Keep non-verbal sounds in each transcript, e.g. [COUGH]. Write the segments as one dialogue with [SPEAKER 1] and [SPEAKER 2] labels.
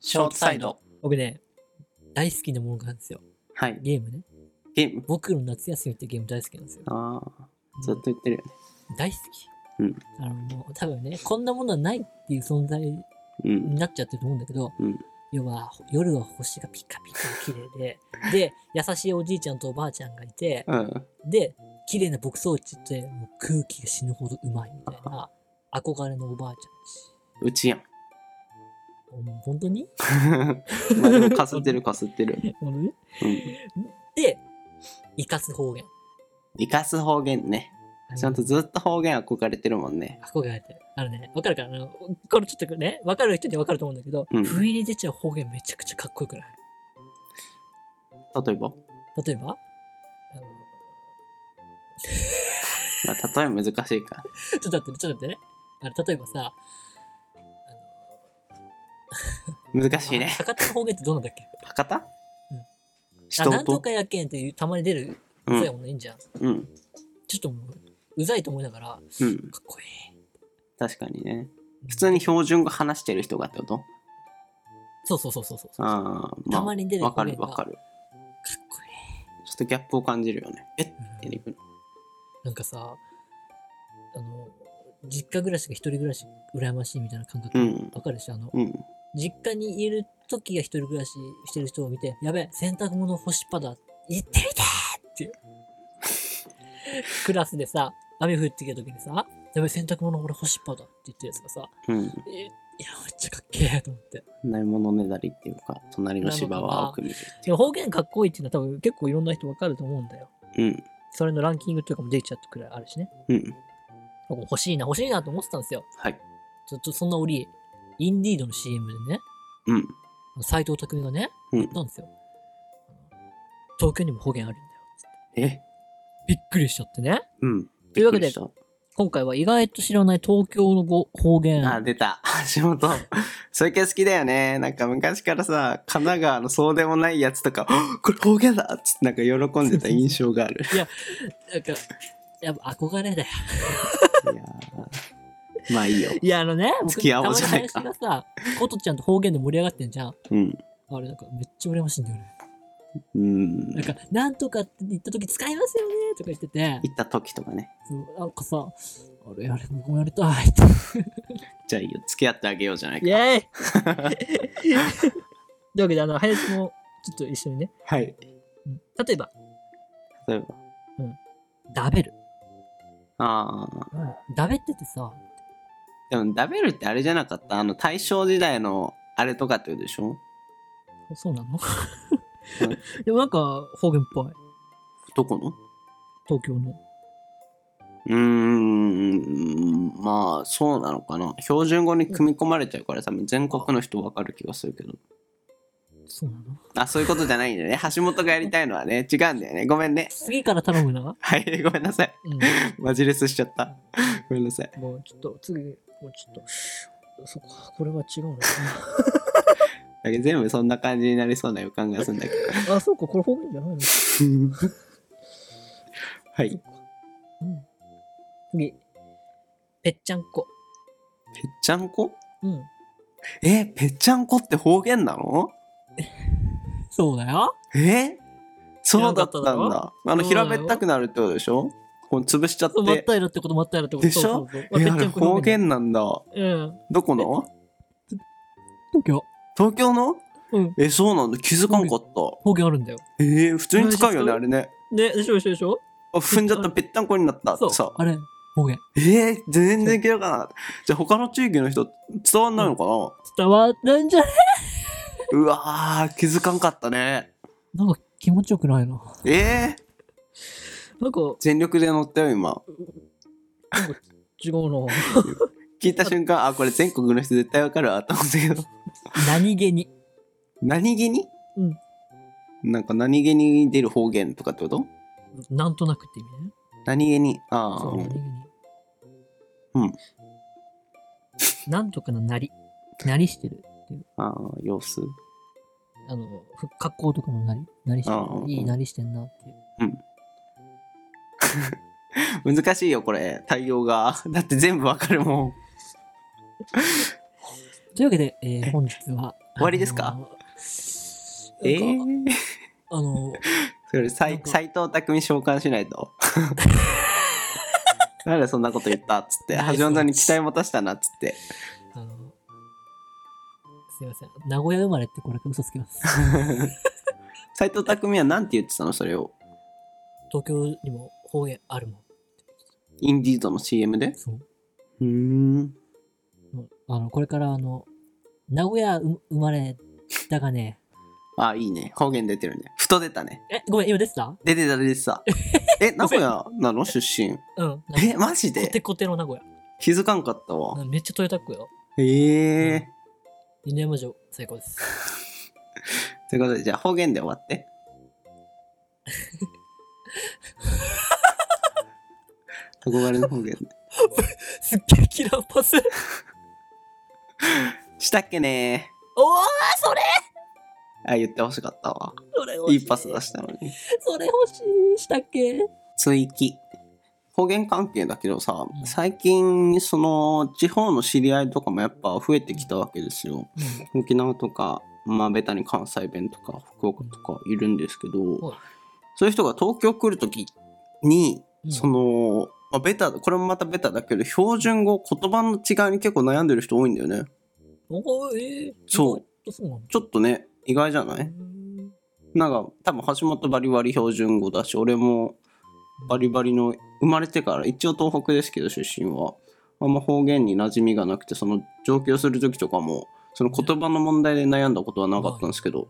[SPEAKER 1] ショートサイド。
[SPEAKER 2] 僕ね、大好きなものがあるんですよ。
[SPEAKER 1] はい。
[SPEAKER 2] ゲームね。
[SPEAKER 1] ゲーム。
[SPEAKER 2] 僕の夏休みってゲーム大好きなんですよ。
[SPEAKER 1] ああ、ずっと言ってるよね。
[SPEAKER 2] 大好き。
[SPEAKER 1] うん
[SPEAKER 2] あの、もう多分ね、こんなものはないっていう存在に
[SPEAKER 1] うん。
[SPEAKER 2] なっちゃってると思うんだけど、
[SPEAKER 1] うん
[SPEAKER 2] 要は夜は星がピカピカ綺麗
[SPEAKER 1] [LAUGHS]
[SPEAKER 2] で、で、優しいおじいちゃんとおばあちゃんがいて、
[SPEAKER 1] うん。
[SPEAKER 2] で、綺麗な牧草地ってもう空気が死ぬほどうまいみたいな、憧れのおばあち
[SPEAKER 1] うち
[SPEAKER 2] [LAUGHS]
[SPEAKER 1] やん。
[SPEAKER 2] ゃんち。もう本当に
[SPEAKER 1] まあでもかすってるかすってる。
[SPEAKER 2] 本
[SPEAKER 1] [LAUGHS]
[SPEAKER 2] 当に
[SPEAKER 1] うん。
[SPEAKER 2] で、生かす方言。
[SPEAKER 1] 生かす方言ね。ちゃんとずっと方言憧れてるもんね。
[SPEAKER 2] 憧れて。あのね、わかるから、あの、これちょっとね、わかる人にはわかると思うんだけど、
[SPEAKER 1] うん
[SPEAKER 2] 不意に出ちゃう方言めちゃくちゃかっこよくない
[SPEAKER 1] 例えば、ま
[SPEAKER 2] 例えば、あの
[SPEAKER 1] あ、例え難しいか。
[SPEAKER 2] ちょっと待ってね、ちょっと待ってね。あの、例えばさ、
[SPEAKER 1] 難しい
[SPEAKER 2] あ
[SPEAKER 1] ね。
[SPEAKER 2] 博多の方言ってどうなんだっけ
[SPEAKER 1] 博多
[SPEAKER 2] うんあ、
[SPEAKER 1] 人
[SPEAKER 2] なんと
[SPEAKER 1] と
[SPEAKER 2] かやけんっていう、たまに出る、
[SPEAKER 1] う
[SPEAKER 2] そうや
[SPEAKER 1] ん。
[SPEAKER 2] もんね、いいんじゃん。ちょ
[SPEAKER 1] うん。
[SPEAKER 2] っともう、うざいと思いながら、か
[SPEAKER 1] うん。
[SPEAKER 2] っこいい。
[SPEAKER 1] 確かにね。普通に標準語話してる人がってこと
[SPEAKER 2] そうそうそうそうそう。かっ
[SPEAKER 1] ああ、まあ、
[SPEAKER 2] たまに出る
[SPEAKER 1] わか
[SPEAKER 2] 方言
[SPEAKER 1] る
[SPEAKER 2] が
[SPEAKER 1] わかる。
[SPEAKER 2] こ
[SPEAKER 1] ちょっとギャップを感じるよね。えっ
[SPEAKER 2] い
[SPEAKER 1] て
[SPEAKER 2] い。
[SPEAKER 1] なる
[SPEAKER 2] なんかさ、あの、実家暮らしが一人暮らし羨ましいみたいな感覚、
[SPEAKER 1] う
[SPEAKER 2] わ、
[SPEAKER 1] ん
[SPEAKER 2] かるでしょあの、
[SPEAKER 1] うん。
[SPEAKER 2] 実家にいる時が一人暮らししてる人を見て、やべえ、洗濯物干しっぱだ、行ってみてって [LAUGHS] いう。クラスでさ、雨降ってきた時にさ、やべえ、洗濯物俺干しっぱだって言ってるやつがさ、
[SPEAKER 1] うん。
[SPEAKER 2] えいや、めっちゃかっけえと思って。
[SPEAKER 1] ないものねだりっていうか、隣の芝は青く見るって
[SPEAKER 2] でも方言かっこいいっていうのは多分結構いろんな人わかると思うんだよ。
[SPEAKER 1] いう。
[SPEAKER 2] それのランキングというかも出ちゃったくらいあるしね。
[SPEAKER 1] うん。うん。
[SPEAKER 2] 僕欲しいな、欲しいなと思ってたんですよ。
[SPEAKER 1] はい。
[SPEAKER 2] ちょっとそんな折、インディードの CM でね、
[SPEAKER 1] うん。
[SPEAKER 2] 斎藤匠がね、
[SPEAKER 1] うん
[SPEAKER 2] 言ったんですよ。東京にも方言あるんだよ。
[SPEAKER 1] え
[SPEAKER 2] びっくりしちゃってね。
[SPEAKER 1] うん。
[SPEAKER 2] というわけで
[SPEAKER 1] びっくりした
[SPEAKER 2] 今回は意外と知らない東京の語方言。
[SPEAKER 1] あ、出た。 [LAUGHS] 橋本。そういう系好きだよね。なんか昔からさ、神奈川のそうでもないやつとか、あこれ方言だっつってなんか喜んで
[SPEAKER 2] [LAUGHS]
[SPEAKER 1] た印象がある。
[SPEAKER 2] なんか、やっぱ憧れだよ。
[SPEAKER 1] いやーまあいいよ。
[SPEAKER 2] いや、あのね、
[SPEAKER 1] 付き合おうじゃな
[SPEAKER 2] たま
[SPEAKER 1] い
[SPEAKER 2] に
[SPEAKER 1] か
[SPEAKER 2] 林がさ、ことちゃんと方言で盛り上がってんじゃん。
[SPEAKER 1] うん。
[SPEAKER 2] あれ、なんかめっちゃ羨ましいんだよね。
[SPEAKER 1] うん。
[SPEAKER 2] なん
[SPEAKER 1] 行
[SPEAKER 2] か、なんとかって言った時使いますよねとか言ってて、
[SPEAKER 1] った時とかね。
[SPEAKER 2] そうなんかさ、あれ、あれ、僕もやりたいって。
[SPEAKER 1] じゃあいいよ。付き合ってあげようじゃない
[SPEAKER 2] イ
[SPEAKER 1] か。
[SPEAKER 2] ェーイというわけで、あの、林もちょっと一緒にね、
[SPEAKER 1] はい。
[SPEAKER 2] うん例えば、
[SPEAKER 1] 例えば。
[SPEAKER 2] ダベル。
[SPEAKER 1] ああ。
[SPEAKER 2] ダベってってさ、
[SPEAKER 1] でも、ダベルってあれじゃなかったあの、大正時代のあれとかってことでしょ
[SPEAKER 2] そうなのでもなんか方言っぽい、
[SPEAKER 1] どこの
[SPEAKER 2] 東京の。
[SPEAKER 1] うーん、まあ、そうなのかな。標準語に組み込まれちゃうから、多分全国の人わかる気がするけど。
[SPEAKER 2] そうなの
[SPEAKER 1] あ、そういうことじゃないんだよね。橋本がやりたいのはね、違うんだよね。ごめんね。
[SPEAKER 2] 次から頼むな。
[SPEAKER 1] はい、ごめんなさい。
[SPEAKER 2] う
[SPEAKER 1] マジレスしちゃった。ごめんなさい。
[SPEAKER 2] ん。もうちょっと、次、もうちょっと、そっか、これは違うのか
[SPEAKER 1] だけど全部そんな感じになりそうな予感がするんだけど。
[SPEAKER 2] [LAUGHS] な。あ、そうか、これ方言じゃないの
[SPEAKER 1] [LAUGHS] はい。
[SPEAKER 2] うん。次、ぺっちゃんこ。
[SPEAKER 1] ぺっちゃんこ
[SPEAKER 2] うん。
[SPEAKER 1] え、ぺっちゃんこって方言なの
[SPEAKER 2] そうだよ。
[SPEAKER 1] えそうだったん
[SPEAKER 2] 知らなかっただ
[SPEAKER 1] だ。あの、
[SPEAKER 2] そうだ
[SPEAKER 1] 平
[SPEAKER 2] よ
[SPEAKER 1] べったくなるってことでしょこう潰しちゃっ。
[SPEAKER 2] そうまってたいろってこと、まったいろってこと。
[SPEAKER 1] でしょ
[SPEAKER 2] そうそうそう
[SPEAKER 1] え、
[SPEAKER 2] ま
[SPEAKER 1] あれ
[SPEAKER 2] あぺっちゃんこ
[SPEAKER 1] 方言なんだ。
[SPEAKER 2] うん。
[SPEAKER 1] どこの
[SPEAKER 2] 東京。
[SPEAKER 1] 東京の
[SPEAKER 2] うん。
[SPEAKER 1] え、そうなんだ。気づかんかった。
[SPEAKER 2] 方言あるんだよ。
[SPEAKER 1] えー、普通に使うよね、あ
[SPEAKER 2] 同
[SPEAKER 1] れね。
[SPEAKER 2] ね、でしょでしょでしょ
[SPEAKER 1] あ、踏んじゃった、ぺったんこになったって
[SPEAKER 2] そう
[SPEAKER 1] さ。。
[SPEAKER 2] あれ、方言。
[SPEAKER 1] えー、全然気づかなかった。じゃあ他の地域の人伝わんないのかな、
[SPEAKER 2] 伝わらんじゃね
[SPEAKER 1] うわー、気づかんかったね。
[SPEAKER 2] なんか気持ちよくないな。
[SPEAKER 1] えー、
[SPEAKER 2] なんか、
[SPEAKER 1] 全力で乗ったよ、今。
[SPEAKER 2] なんか違うな。
[SPEAKER 1] 聞いた瞬間、あ、これ全国の人絶対わかるわ、と思ったけ
[SPEAKER 2] [LAUGHS]
[SPEAKER 1] ど。
[SPEAKER 2] 何気に。
[SPEAKER 1] 何気に
[SPEAKER 2] うん。
[SPEAKER 1] なんか何気に出る方言とかってこと
[SPEAKER 2] なんとなくって意味ね。
[SPEAKER 1] 何気に。あ
[SPEAKER 2] そう、
[SPEAKER 1] あ
[SPEAKER 2] 何気、に。
[SPEAKER 1] うん。
[SPEAKER 2] なんとかのなり。なりしてる。
[SPEAKER 1] ああ、様子。
[SPEAKER 2] あの、ふ格好とかもなり。なりして
[SPEAKER 1] ああ
[SPEAKER 2] る。いいなりしてんなっていう。
[SPEAKER 1] 難 [LAUGHS] しいよ、これ。対応が。だって全部わかるもん。
[SPEAKER 2] というわけで、えー本日は。
[SPEAKER 1] 終わりですか
[SPEAKER 2] あの
[SPEAKER 1] ええ
[SPEAKER 2] なんか
[SPEAKER 1] ー、
[SPEAKER 2] あの、
[SPEAKER 1] それ斎斎藤匠召喚しないと [LAUGHS] なんでそんなこと言ったっつって
[SPEAKER 2] ナイス
[SPEAKER 1] 橋本に期待持たしたなっつ [LAUGHS] って
[SPEAKER 2] あの、すいません。名古屋生まれってこれから嘘つきます。
[SPEAKER 1] [LAUGHS] 斎藤匠はなんて言ってたのそれを
[SPEAKER 2] 東京にも方言あるもん。
[SPEAKER 1] インディードの CM で
[SPEAKER 2] そう。
[SPEAKER 1] うーん
[SPEAKER 2] あの、これからあの、名古屋う生まれだがね、
[SPEAKER 1] あいいね方言出てるねふと出たね
[SPEAKER 2] え、ごめん、今出てた
[SPEAKER 1] 出てた出てたえ名古屋なの出身
[SPEAKER 2] うん。なんか
[SPEAKER 1] えマジ
[SPEAKER 2] コテ
[SPEAKER 1] で
[SPEAKER 2] コテの名古屋。
[SPEAKER 1] 気づかんかったわ
[SPEAKER 2] うんめっちゃ豊田区よ。
[SPEAKER 1] ええー、
[SPEAKER 2] 犬山城、最高です。
[SPEAKER 1] ということでじゃあ方言で終わ
[SPEAKER 2] [LAUGHS]
[SPEAKER 1] って憧れの方言
[SPEAKER 2] すっげえキラーパ [LAUGHS] ス。
[SPEAKER 1] したっけね
[SPEAKER 2] おー、それ
[SPEAKER 1] ーあ言ってほしかったわ
[SPEAKER 2] それ欲し
[SPEAKER 1] い
[SPEAKER 2] い。
[SPEAKER 1] いパス出したのに
[SPEAKER 2] それ欲しい。したっけ
[SPEAKER 1] 追記方言関係だけどさ
[SPEAKER 2] うん
[SPEAKER 1] 最近その地方の知り合いとかもやっぱ増えてきたわけですよ沖縄とかまあベタに関西弁とか福岡とかいるんですけど
[SPEAKER 2] はい
[SPEAKER 1] そういう人が東京来るときに
[SPEAKER 2] うん
[SPEAKER 1] その、まあ、ベタこれもまたベタだけど標準語言葉の違いに結構悩んでる人多いんだよね
[SPEAKER 2] おー、えー、
[SPEAKER 1] そう
[SPEAKER 2] 意外とそうなんだ。
[SPEAKER 1] ちょっとね意外じゃな
[SPEAKER 2] う
[SPEAKER 1] い
[SPEAKER 2] ん
[SPEAKER 1] なんか多分橋本バリバリ標準語だし俺もバリバリの生まれてから一応東北ですけど出身はあんま方言に馴染みがなくてその上京する時とかもその言葉の問題で悩んだことはなかったんですけど、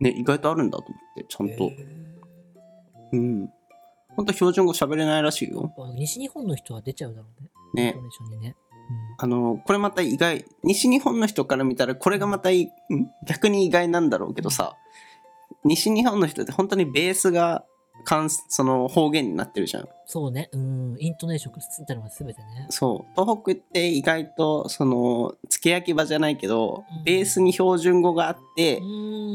[SPEAKER 1] ね、意外とあるんだと思ってちゃんと、
[SPEAKER 2] えー
[SPEAKER 1] うんほんと標準語喋れないらしいよ
[SPEAKER 2] あ西日本の人は出ちゃうだろうね。
[SPEAKER 1] ね
[SPEAKER 2] イントネーションにね。
[SPEAKER 1] あのこれまた意外西日本の人から見たらこれがまたいいん逆に意外なんだろうけどさ西日本の人って本当にベースが関その方言になってるじゃん
[SPEAKER 2] うん、そうね。うん。イントネーションくっついたのが全てね。
[SPEAKER 1] そう東北って意外とそのつけ焼き場じゃないけど
[SPEAKER 2] うん
[SPEAKER 1] ベースに標準語があって
[SPEAKER 2] う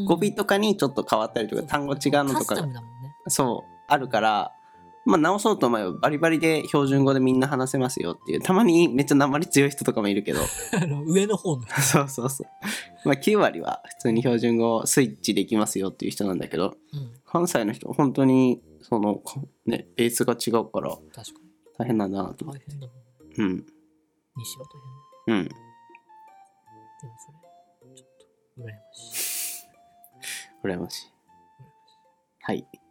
[SPEAKER 2] ん。
[SPEAKER 1] 語尾とかにちょっと変わったりとか単語違うのと
[SPEAKER 2] カス
[SPEAKER 1] か
[SPEAKER 2] タ
[SPEAKER 1] が
[SPEAKER 2] ムだもんね。
[SPEAKER 1] そうあるからまあ直そうと思えばバリバリで標準語でみんな話せますよっていうたまにめっちゃ鉛強い人とかもいるけど
[SPEAKER 2] あの上の方の
[SPEAKER 1] [LAUGHS]
[SPEAKER 2] 人。
[SPEAKER 1] そうそうそうまあ9割は普通に標準語スイッチできますよっていう人なんだけど
[SPEAKER 2] うん。
[SPEAKER 1] 関西の人は本当にそのこねベースが違うから
[SPEAKER 2] 確かに。
[SPEAKER 1] 大変なんだなと思
[SPEAKER 2] 大
[SPEAKER 1] って
[SPEAKER 2] 変だもんね。
[SPEAKER 1] うん
[SPEAKER 2] 西は大変
[SPEAKER 1] うん
[SPEAKER 2] だ。でもそれ、ちょっと、
[SPEAKER 1] 羨
[SPEAKER 2] 羨ましい。
[SPEAKER 1] ましいはい